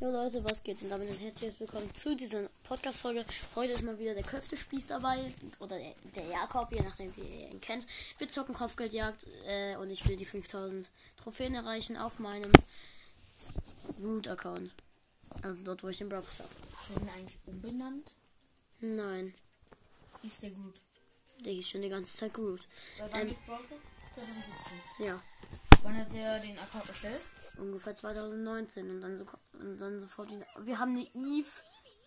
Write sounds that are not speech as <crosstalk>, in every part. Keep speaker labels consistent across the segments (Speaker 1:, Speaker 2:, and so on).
Speaker 1: Jo Leute, was geht? Und damit ein herzliches Willkommen zu dieser Podcast-Folge. Heute ist mal wieder der Köftespieß dabei. Oder der, der Jakob, je nachdem, wie ihr ihn kennt. Wir zocken Kopfgeldjagd äh, und ich will die 5000 Trophäen erreichen auf meinem Root-Account. Also dort, wo ich den Brock habe.
Speaker 2: Wurden eigentlich umbenannt?
Speaker 1: Nein,
Speaker 2: Ist der gut?
Speaker 1: der ist schon die ganze Zeit gut.
Speaker 2: Wann
Speaker 1: Ähm.
Speaker 2: liegt Bowser? 2017.
Speaker 1: Ja,
Speaker 2: Wann hat er den Account erstellt?
Speaker 1: ungefähr 2019 und dann, so, und dann sofort wieder. Wir haben eine Eve,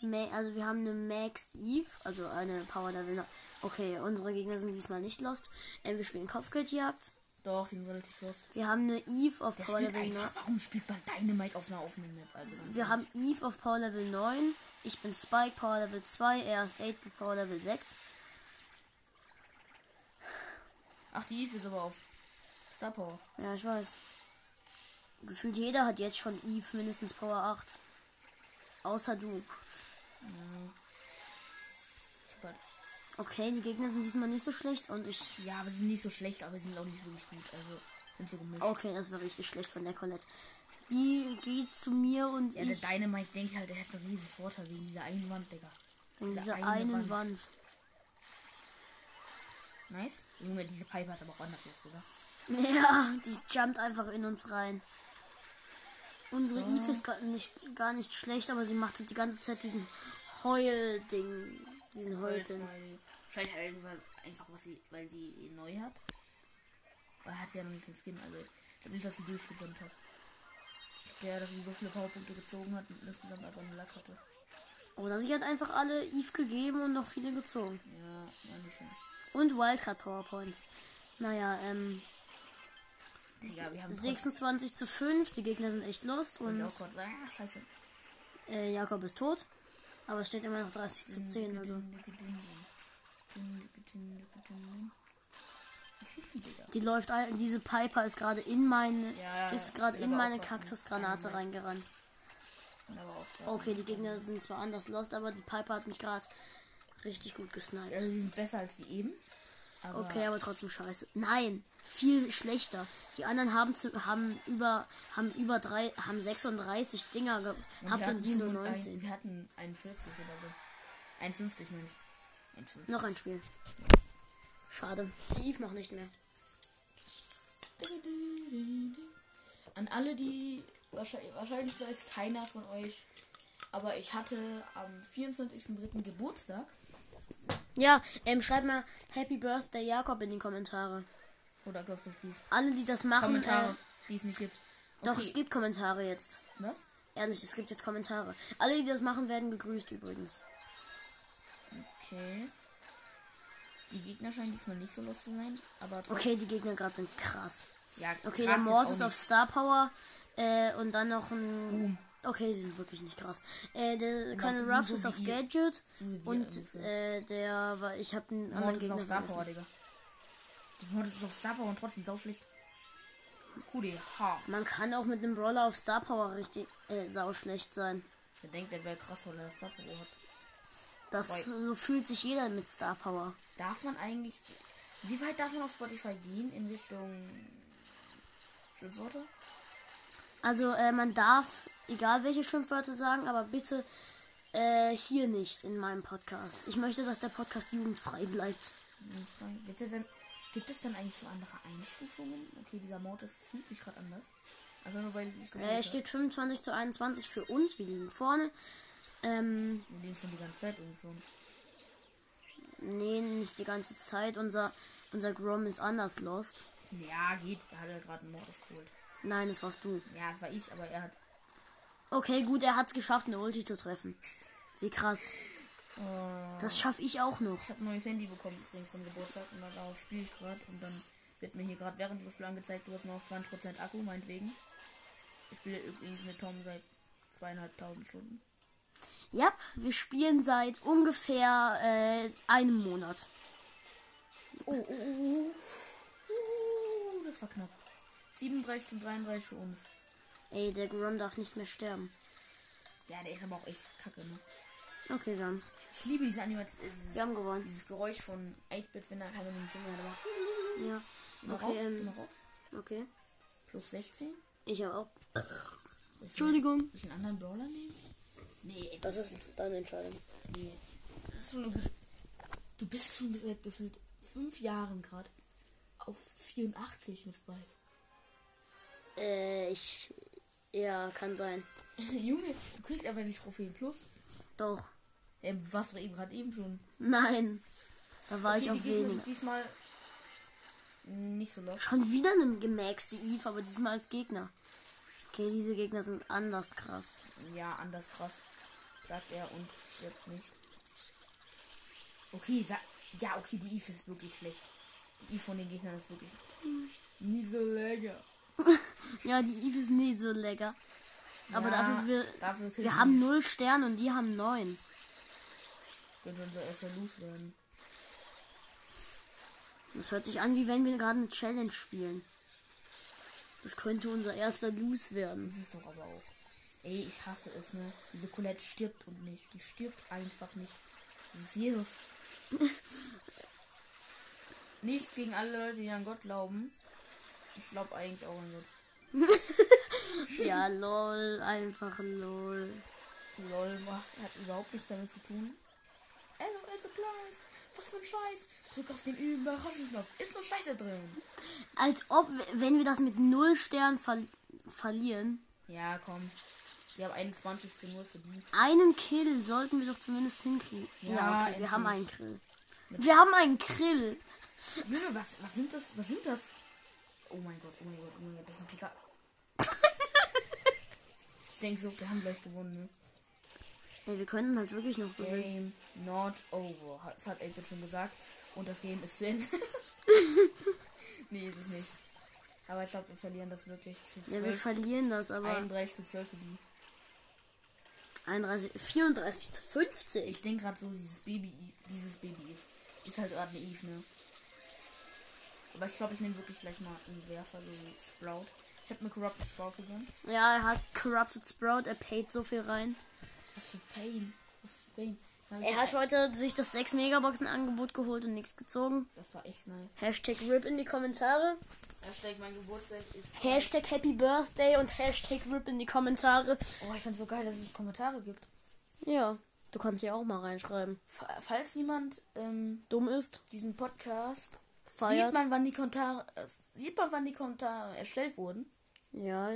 Speaker 1: Ma- also wir haben eine Maxed Eve, also eine Power Level. Okay, unsere Gegner sind diesmal nicht lost. Ähm, wir spielen Kopfgeldjagd.
Speaker 2: Doch, den wurde ich los.
Speaker 1: Wir haben eine Eve auf Power Level 9.
Speaker 2: warum spielt man Dynamite auf einer offenen Map? Also,
Speaker 1: Wir haben Eve auf Power Level 9. Ich bin Spike, Power Level 2. Er ist 8 mit Power Level 6.
Speaker 2: Ach, die Eve ist aber auf Star Power.
Speaker 1: Ja, ich weiß. Gefühlt jeder hat jetzt schon Eve mindestens Power 8. Außer du.
Speaker 2: Super.
Speaker 1: Okay, die Gegner sind diesmal nicht so schlecht und ich
Speaker 2: Ja, aber die sind nicht so schlecht, aber die sind auch nicht wirklich gut. Also, sind so gemischt.
Speaker 1: Okay, das war richtig schlecht von der Colette. Die geht zu mir und
Speaker 2: Ja, der
Speaker 1: ich
Speaker 2: Dynamite denkt halt, er hat einen riesen Vorteil wegen dieser einen Wand, Digga.
Speaker 1: in
Speaker 2: diese
Speaker 1: dieser
Speaker 2: eine
Speaker 1: einen Wand.
Speaker 2: Wand. Nice. Junge, diese Piper ist aber auch anders los, oder?
Speaker 1: <laughs> Ja, die jumpt einfach in uns rein. Unsere Eve ist gar nicht, gar nicht schlecht, aber sie macht halt die ganze Zeit diesen Heul-Ding. Diesen Heulten.
Speaker 2: Wahrscheinlich halt, weil einfach was sie, weil die neu hat. Weil er hat sie ja noch nicht den Skin, also ich glaube nicht, dass sie durchgebrannt hat. Der, dass sie so viele Powerpunkte gezogen hat und insgesamt einfach einen Lack hatte.
Speaker 1: Oder sie hat einfach alle Eve gegeben und noch viele gezogen.
Speaker 2: Ja, ja, nicht schön.
Speaker 1: Und Wildcard Powerpoints. Naja, ähm,
Speaker 2: Digga, wir haben kurz-
Speaker 1: 26 zu 5, die Gegner sind echt lost
Speaker 2: wollte
Speaker 1: und
Speaker 2: ich auch kurz sagen, ah, scheiße.
Speaker 1: äh, Jakob ist tot. Aber es steht immer noch 30
Speaker 2: Mhm,
Speaker 1: zu
Speaker 2: genau.
Speaker 1: 10, also.
Speaker 2: <laughs> Digga.
Speaker 1: Die läuft, all- diese Piper ist gerade in meine,
Speaker 2: Ja, ja,
Speaker 1: ist gerade
Speaker 2: ja,
Speaker 1: in
Speaker 2: aber
Speaker 1: meine
Speaker 2: auch gerade
Speaker 1: Kaktusgranate
Speaker 2: in-
Speaker 1: reingerannt.
Speaker 2: Aber auch-
Speaker 1: Okay, die Gegner sind zwar anders lost, aber die Piper hat mich gerade richtig gut gesniped.
Speaker 2: Also die sind besser als die eben. Aber
Speaker 1: Okay, aber trotzdem scheiße. Nein, viel schlechter. Die anderen haben zu, haben über, haben über drei, haben 36 Dinger
Speaker 2: Und
Speaker 1: gehabt
Speaker 2: wir hatten
Speaker 1: und die nur
Speaker 2: 45
Speaker 1: 19.
Speaker 2: wir hatten 41 oder so. 51 meine ich. 51.
Speaker 1: Noch ein Spiel. Schade. Die Eve noch nicht mehr.
Speaker 2: An alle, die wahrscheinlich, wahrscheinlich weiß keiner von euch, aber ich hatte am 24.03. Geburtstag.
Speaker 1: Ja, ähm, schreibt mal Happy Birthday Jakob in die Kommentare.
Speaker 2: Oder Girlfriend Spiel.
Speaker 1: Alle, die das machen,
Speaker 2: Kommentare,
Speaker 1: äh,
Speaker 2: die es nicht gibt.
Speaker 1: doch,
Speaker 2: Okay,
Speaker 1: es gibt Kommentare jetzt.
Speaker 2: Was?
Speaker 1: Ehrlich, es gibt jetzt Kommentare. Alle, die das machen, werden gegrüßt übrigens.
Speaker 2: Okay. Die Gegner scheinen diesmal nicht so los zu sein, aber trotzdem.
Speaker 1: Okay, die Gegner gerade sind krass.
Speaker 2: Ja,
Speaker 1: Okay,
Speaker 2: krass
Speaker 1: der Mord
Speaker 2: auch
Speaker 1: ist
Speaker 2: nicht.
Speaker 1: auf Star Power. Äh, und dann noch ein. Okay, die sind wirklich nicht krass. Äh, der Colonel
Speaker 2: Genau, die sind
Speaker 1: Ruffs
Speaker 2: so
Speaker 1: ist
Speaker 2: wie
Speaker 1: auf
Speaker 2: ihr.
Speaker 1: Gadget.
Speaker 2: So wie wir
Speaker 1: Und
Speaker 2: ungefähr.
Speaker 1: äh, der war. Ich habe einen
Speaker 2: Mord
Speaker 1: anderen
Speaker 2: ist
Speaker 1: Gegner.
Speaker 2: auf Star Power,
Speaker 1: vergessen.
Speaker 2: Digga. Das Mord ist auf Star Power und trotzdem sau schlecht. QDH.
Speaker 1: Man kann auch mit einem Brawler auf Star Power richtig äh, sau schlecht sein.
Speaker 2: Der denkt, der wäre krass, weil er Star Power hat.
Speaker 1: Das so fühlt sich jeder mit Star Power.
Speaker 2: Darf man eigentlich. Wie weit darf man auf Spotify gehen in Richtung. Schimpfwörter?
Speaker 1: Also äh, man darf egal welche Schimpfwörter sagen, aber bitte äh, hier nicht in meinem Podcast. Ich möchte, dass der Podcast jugendfrei bleibt.
Speaker 2: Frage. Gibt's ja dann, gibt es dann eigentlich so andere Einstufungen? Okay, dieser Mord ist, fühlt sich gerade anders. Also nur weil ich
Speaker 1: Äh,
Speaker 2: gemeint
Speaker 1: es steht 25 zu 21 für uns. Wir liegen vorne. Ähm,
Speaker 2: hab, mit dem schon die ganze Zeit irgendwo.
Speaker 1: nee, nicht die ganze Zeit. Unser, unser Grom ist anders lost.
Speaker 2: Ja, geht. Er hat ja gerade einen Mord geholt.
Speaker 1: Nein, das warst du.
Speaker 2: Ja, das war ich, aber er hat.
Speaker 1: Okay, gut, er hat es geschafft, eine Ulti zu treffen. Wie krass.
Speaker 2: Äh,
Speaker 1: Das schaffe ich auch noch.
Speaker 2: ich habe ein neues Handy bekommen übrigens zum Geburtstag und darauf spiele ich gerade und dann wird mir hier gerade während dem Spiel angezeigt, du hast noch 20% Akku, meinetwegen. Ich spiele übrigens mit Tom seit zweieinhalbtausend Stunden.
Speaker 1: Ja, wir spielen seit ungefähr äh, einem Monat.
Speaker 2: Oh, oh, oh, oh. Uh, das war knapp. 37 und 33 für uns.
Speaker 1: Ey, der Grom darf nicht mehr sterben.
Speaker 2: Ja, der ist aber auch echt kacke, ne?
Speaker 1: Okay, wir haben's.
Speaker 2: Ich liebe diese Animation. Dieses,
Speaker 1: Wir haben gewonnen.
Speaker 2: dieses Geräusch von 8-Bit, wenn er keine Munition mehr hat. aber-
Speaker 1: Ja.
Speaker 2: Immer
Speaker 1: Okay,
Speaker 2: rauf,
Speaker 1: ähm,
Speaker 2: immer rauf.
Speaker 1: okay.
Speaker 2: Plus 16.
Speaker 1: Ich habe auch. Entschuldigung.
Speaker 2: Soll ich einen anderen Brawler nehmen? Nee,
Speaker 1: Das ist deine Entscheidung.
Speaker 2: nee. Das ist so eine gute. Du bist schon seit gefühlt fünf Jahren gerade auf 84 mit Spike. <laughs>
Speaker 1: Äh, ich. Ja, kann sein.
Speaker 2: Junge, du kriegst aber nicht Trophäen plus. ähm,
Speaker 1: Doch.
Speaker 2: Ey, was war eben gerade eben schon?
Speaker 1: Nein. Da war ich
Speaker 2: Okay,
Speaker 1: auf
Speaker 2: die Gegner
Speaker 1: weniger.
Speaker 2: sind diesmal nicht so locker.
Speaker 1: Schon wieder eine gemaxte Eve, aber diesmal als Gegner. Okay, diese Gegner sind anders krass.
Speaker 2: Ja, anders krass, sagt er und stirbt nicht. Okay, sa- ja, okay, die Eve ist wirklich schlecht. Die Eve von den Gegnern ist wirklich nie so lecker.
Speaker 1: Ja, die Eve ist nicht so lecker. Aber
Speaker 2: Ja,
Speaker 1: dafür, wir,
Speaker 2: dafür killt
Speaker 1: wir
Speaker 2: sie
Speaker 1: haben
Speaker 2: nicht.
Speaker 1: null Sterne und die haben neun.
Speaker 2: Könnte unser erster Loose werden.
Speaker 1: Das hört sich an, wie wenn wir gerade eine Challenge spielen. Das könnte unser erster Lose werden.
Speaker 2: Das ist doch aber auch. Ey, ich hasse es, ne? Diese Colette stirbt und nicht. Die stirbt einfach nicht. Das ist Jesus. Nichts gegen alle Leute, die an Gott glauben. Ich glaube eigentlich auch an Gott.
Speaker 1: Ja, lol, einfach lol.
Speaker 2: Lol, macht, hat überhaupt nichts damit zu tun. LOL Supplies! Was für ein Scheiß! Drück auf den Überraschungsknopf. Ist nur Scheiße drin.
Speaker 1: Als ob, wenn wir das mit null Sternen ver verlieren,
Speaker 2: Ja, komm. Die haben 21 zu 0 für die.
Speaker 1: einen Kill sollten wir doch zumindest hinkriegen. Ja,
Speaker 2: Ja,
Speaker 1: okay, wir haben einen
Speaker 2: endlich.
Speaker 1: Grill. Wir haben einen Grill.
Speaker 2: Junge, was, was sind das? Was sind das? Oh mein Gott, oh mein Gott, oh mein Gott, das ist
Speaker 1: <laughs>
Speaker 2: ein Pika. ich denke so, wir haben gleich gewonnen, ne?
Speaker 1: Ey, wir könnten halt wirklich noch gewinnen.
Speaker 2: Game not over. Hat- Das hat Elbit schon gesagt. Und das Game ist zu
Speaker 1: <laughs>
Speaker 2: Ende. nee, das nicht. Aber ich glaube, wir verlieren das wirklich.
Speaker 1: Ja, wir
Speaker 2: 12
Speaker 1: verlieren das, aber
Speaker 2: 31 zu 12 für die.
Speaker 1: 31, 34 zu 50.
Speaker 2: Ich denke gerade so, dieses Baby, E, dieses Baby ist halt gerade eine Eve, ne? Aber ich glaube, ich nehme wirklich gleich mal einen Werfer, so wie Sprout. Ich habe mir Corrupted Sprout gegangen.
Speaker 1: Ja, er hat Corrupted Sprout, er paid so viel rein.
Speaker 2: Was für Pain. Was für Pain. Dann hab ich
Speaker 1: Er hat heute sich das 6 Megaboxen Angebot geholt und nichts gezogen.
Speaker 2: das war echt nice.
Speaker 1: Hashtag RIP in die Kommentare.
Speaker 2: Hashtag mein Geburtstag ist.
Speaker 1: Hashtag Happy Birthday und Hashtag RIP in die Kommentare.
Speaker 2: Oh, ich find's so geil, dass es Kommentare gibt.
Speaker 1: Ja, du kannst ja auch mal reinschreiben.
Speaker 2: Fa- Falls niemand ähm,
Speaker 1: Dumm ist,
Speaker 2: diesen Podcast sieht
Speaker 1: feiert.
Speaker 2: man, wann die Kommentare äh, sieht man, wann die Kommentare erstellt wurden.
Speaker 1: Ja,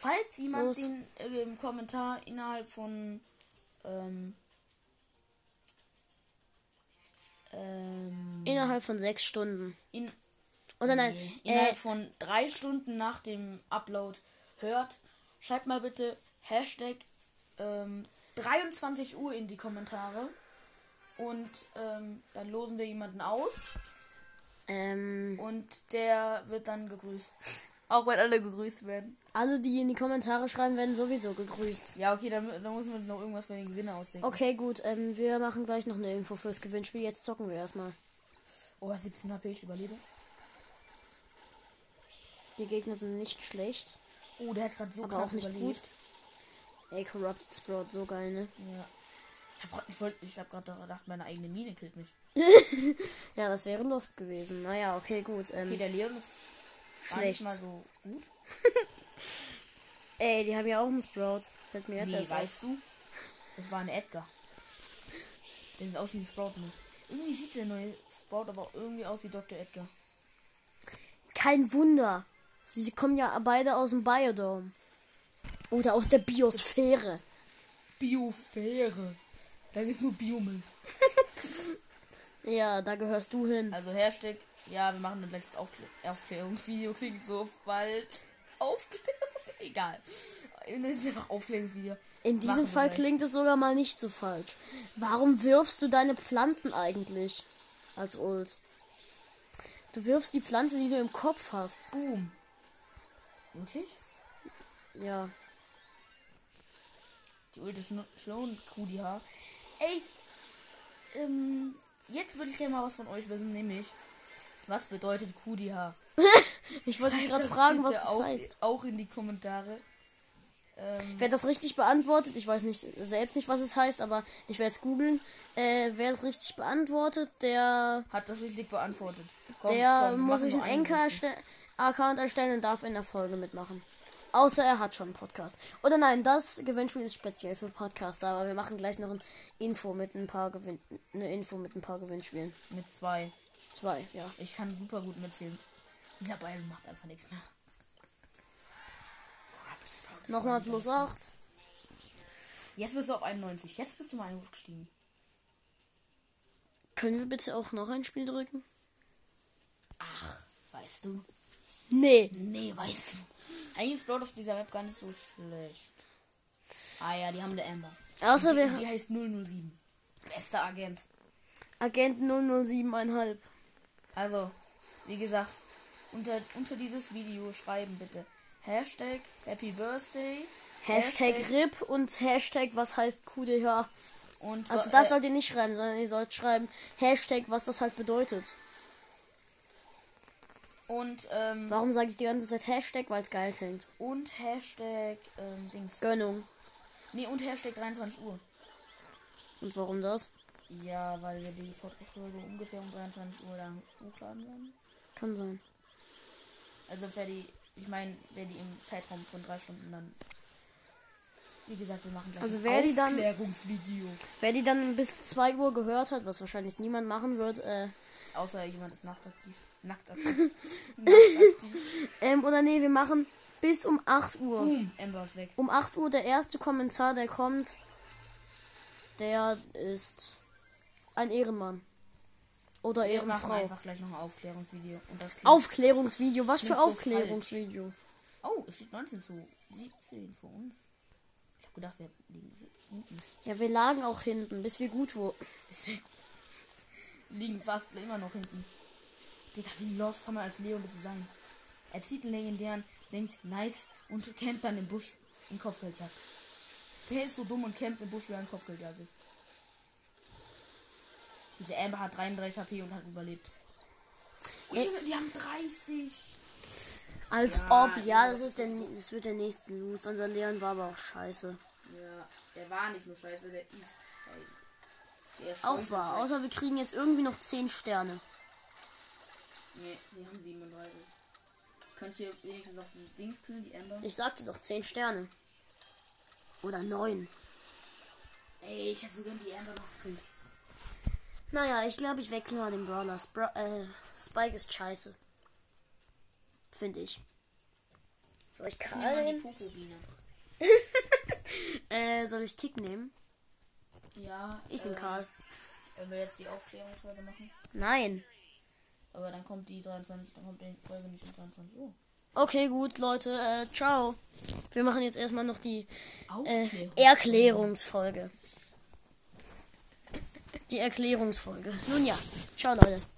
Speaker 2: Falls jemand
Speaker 1: Los.
Speaker 2: den ähm, Kommentar innerhalb von ähm, ähm,
Speaker 1: innerhalb von 6 Stunden.
Speaker 2: in,
Speaker 1: Oder nein,
Speaker 2: nee,
Speaker 1: äh,
Speaker 2: innerhalb von drei Stunden nach dem Upload hört, schreibt mal bitte Hashtag ähm, 23 Uhr in die Kommentare und ähm, dann losen wir jemanden aus
Speaker 1: ähm,
Speaker 2: und der wird dann gegrüßt. Auch wenn alle gegrüßt werden.
Speaker 1: alle, die in die Kommentare schreiben, werden sowieso gegrüßt.
Speaker 2: Ja, okay, dann, dann muss man noch irgendwas für den Gewinner ausdenken.
Speaker 1: Okay, gut. Ähm, wir machen gleich noch eine Info fürs Gewinnspiel. Jetzt zocken wir erstmal.
Speaker 2: Oh, 17 HP, ich überlebe.
Speaker 1: Die Gegner sind nicht schlecht.
Speaker 2: Oh, der hat gerade so
Speaker 1: Aber
Speaker 2: knapp
Speaker 1: auch nicht
Speaker 2: überlebt.
Speaker 1: Ey, Corrupted Sprout, so geil, ne?
Speaker 2: Ja. Ich hab, grad- ich wollt- ich hab gerade gedacht, meine eigene Mine killt mich.
Speaker 1: Ja, das wäre Lost gewesen. Naja, okay, gut. Ähm,
Speaker 2: Okay, der Leon ist gar nicht
Speaker 1: schlecht.
Speaker 2: mal so gut.
Speaker 1: Ey, die haben ja auch einen Sprout. Fällt mir jetzt
Speaker 2: Wie,
Speaker 1: erst auf.
Speaker 2: weißt du? Das war ein Edgar. Der sieht aus wie ein Sprout, ne? Irgendwie sieht der neue Sprout aber auch irgendwie aus wie Dr. Edgar.
Speaker 1: Kein Wunder. Sie kommen ja beide aus dem Biodome. Oder aus der Biosphäre.
Speaker 2: Biofähre. Da gibt's nur Biomüll.
Speaker 1: Ja, da gehörst du hin.
Speaker 2: Also Hashtag, ja, wir machen dann gleich das Aufklä- Aufklärungsvideo. Klingt so falsch. Aufklärung. Egal. Das ist einfach Aufklärungsvideo.
Speaker 1: In
Speaker 2: Machen
Speaker 1: diesem
Speaker 2: wir
Speaker 1: Fall
Speaker 2: gleich.
Speaker 1: klingt es sogar mal nicht so falsch. Warum wirfst du deine Pflanzen eigentlich als Ult? Du wirfst die Pflanze, die du im Kopf hast.
Speaker 2: Boom. Wirklich?
Speaker 1: Ja.
Speaker 2: Die Ulte Sloan QDH. Ey, ähm, jetzt würde ich gerne mal was von euch wissen, nämlich, was bedeutet QDH?
Speaker 1: Ich wollte dich
Speaker 2: Schreibt
Speaker 1: gerade
Speaker 2: das
Speaker 1: fragen, was
Speaker 2: bitte
Speaker 1: das
Speaker 2: auch,
Speaker 1: heißt.
Speaker 2: Auch in die Kommentare. Ähm,
Speaker 1: Wer das richtig beantwortet, ich weiß nicht selbst nicht, was es heißt, aber ich werde es googeln. Äh, wer das richtig beantwortet, der,
Speaker 2: hat das richtig beantwortet. Komm,
Speaker 1: der
Speaker 2: komm, wir
Speaker 1: muss
Speaker 2: machen
Speaker 1: sich
Speaker 2: nur
Speaker 1: einen
Speaker 2: richtig.
Speaker 1: Enker-Account erstellen und darf in der Folge mitmachen. Außer er hat schon einen Podcast. Oder nein, das Gewinnspiel ist speziell für Podcaster, aber wir machen gleich noch ein Info mit ein paar Gewinn eine Info mit ein paar Gewinnspielen.
Speaker 2: Mit zwei.
Speaker 1: Zwei, ja.
Speaker 2: Ich kann super gut mitzählen. Dieser Ball macht einfach nichts mehr. Boah, das war- das war
Speaker 1: Nochmal
Speaker 2: nicht
Speaker 1: plus
Speaker 2: alles.
Speaker 1: 8.
Speaker 2: Jetzt bist du auf 91. Jetzt bist du mal hochgestiegen.
Speaker 1: Können wir bitte auch noch ein Spiel drücken?
Speaker 2: Ach, weißt du?
Speaker 1: Nee.
Speaker 2: Nee, weißt du. Eigentlich ist Blood auf dieser Map gar nicht so schlecht. Ah ja, die haben der Amber.
Speaker 1: Außer wir
Speaker 2: Die
Speaker 1: haben
Speaker 2: heißt 007. Bester Agent.
Speaker 1: Agent 007,5.
Speaker 2: Also, wie gesagt, unter, unter dieses Video schreiben bitte Hashtag Happy Birthday.
Speaker 1: Hashtag RIP und Hashtag was heißt QDH.
Speaker 2: und
Speaker 1: Also
Speaker 2: wa-
Speaker 1: das
Speaker 2: äh,
Speaker 1: sollt ihr nicht schreiben, sondern ihr sollt schreiben Hashtag, was das halt bedeutet.
Speaker 2: und ähm,
Speaker 1: Warum sage ich die ganze Zeit Hashtag? Weil es geil klingt.
Speaker 2: und Hashtag ähm, Dings.
Speaker 1: Gönnung.
Speaker 2: Nee, und Hashtag 23 Uhr.
Speaker 1: Und warum das?
Speaker 2: Ja, weil wir die Podcast-Folge ungefähr um 23 Uhr lang hochladen werden.
Speaker 1: Kann sein.
Speaker 2: Also wer die, ich meine, wer die im Zeitraum von drei Stunden dann, wie gesagt, wir machen gleich
Speaker 1: Also
Speaker 2: ein
Speaker 1: wer die dann-
Speaker 2: Aufklärungsvideo.
Speaker 1: Wer die dann bis 2 Uhr gehört hat, was wahrscheinlich niemand machen wird, äh,
Speaker 2: Außer jemand ist nachtaktiv.
Speaker 1: <laughs>
Speaker 2: Nachtaktiv. nachtaktiv.
Speaker 1: ähm, oder nee, wir machen bis um 8 Uhr.
Speaker 2: Boom, Ember ist weg.
Speaker 1: Um 8 Uhr der erste Kommentar, der kommt, der ist ein Ehrenmann. Oder
Speaker 2: Wir machen
Speaker 1: Ehrenfrau.
Speaker 2: einfach gleich noch ein Aufklärungsvideo. Und das klingt-
Speaker 1: Aufklärungsvideo, was für
Speaker 2: Klingt so
Speaker 1: Aufklärungsvideo?
Speaker 2: Oh, es steht 19 zu 17 vor uns. Ich hab gedacht, wir liegen hinten.
Speaker 1: Ja, wir lagen auch hinten, bis wir gut wurden.
Speaker 2: Deswegen liegen fast immer noch hinten. Digga, wie los kann man als Leon bitte sein? Er zieht den legendären, denkt nice und campt dann im Busch in Kopfgeldjagd. Wer ist so dumm und campt im Busch, wie er in Kopfgeldjagd ist? Diese Amber hat 33 HP und hat überlebt. Ui, Junge, die haben 30.
Speaker 1: Als
Speaker 2: Ja,
Speaker 1: ob, ja, das ist der, das wird der nächste Loot. Unser Leon war aber auch scheiße.
Speaker 2: Ja, der war nicht nur scheiße, der ist halt- scheiße.
Speaker 1: Auch wahr. Außer wir kriegen jetzt irgendwie noch 10 Sterne.
Speaker 2: Ne, die haben 37. Ich könnte hier wenigstens noch die Dings kühlen, die Ember.
Speaker 1: Ich sagte doch 10 Sterne. Oder 9.
Speaker 2: Ey, ich hätte sogar die Ember noch gekühlt.
Speaker 1: Naja, ich glaube, ich wechsle mal den Brawler. Spra äh, Spike ist scheiße. Finde ich. Soll ich Karl nehmen?
Speaker 2: Poco-Biene.
Speaker 1: Äh, soll ich Tick nehmen?
Speaker 2: Ja,
Speaker 1: Ich nehme Karl.
Speaker 2: Er will jetzt die Aufklärungsfolge machen.
Speaker 1: Nein.
Speaker 2: Aber dann kommt die 23, dann kommt die Folge nicht um 23 Uhr.
Speaker 1: Okay, gut, Leute. Äh, ciao. Wir machen jetzt erstmal noch die äh,
Speaker 2: Aufklärung.
Speaker 1: Erklärungsfolge. Die Erklärungsfolge. Nun ja. Ciao, Leute.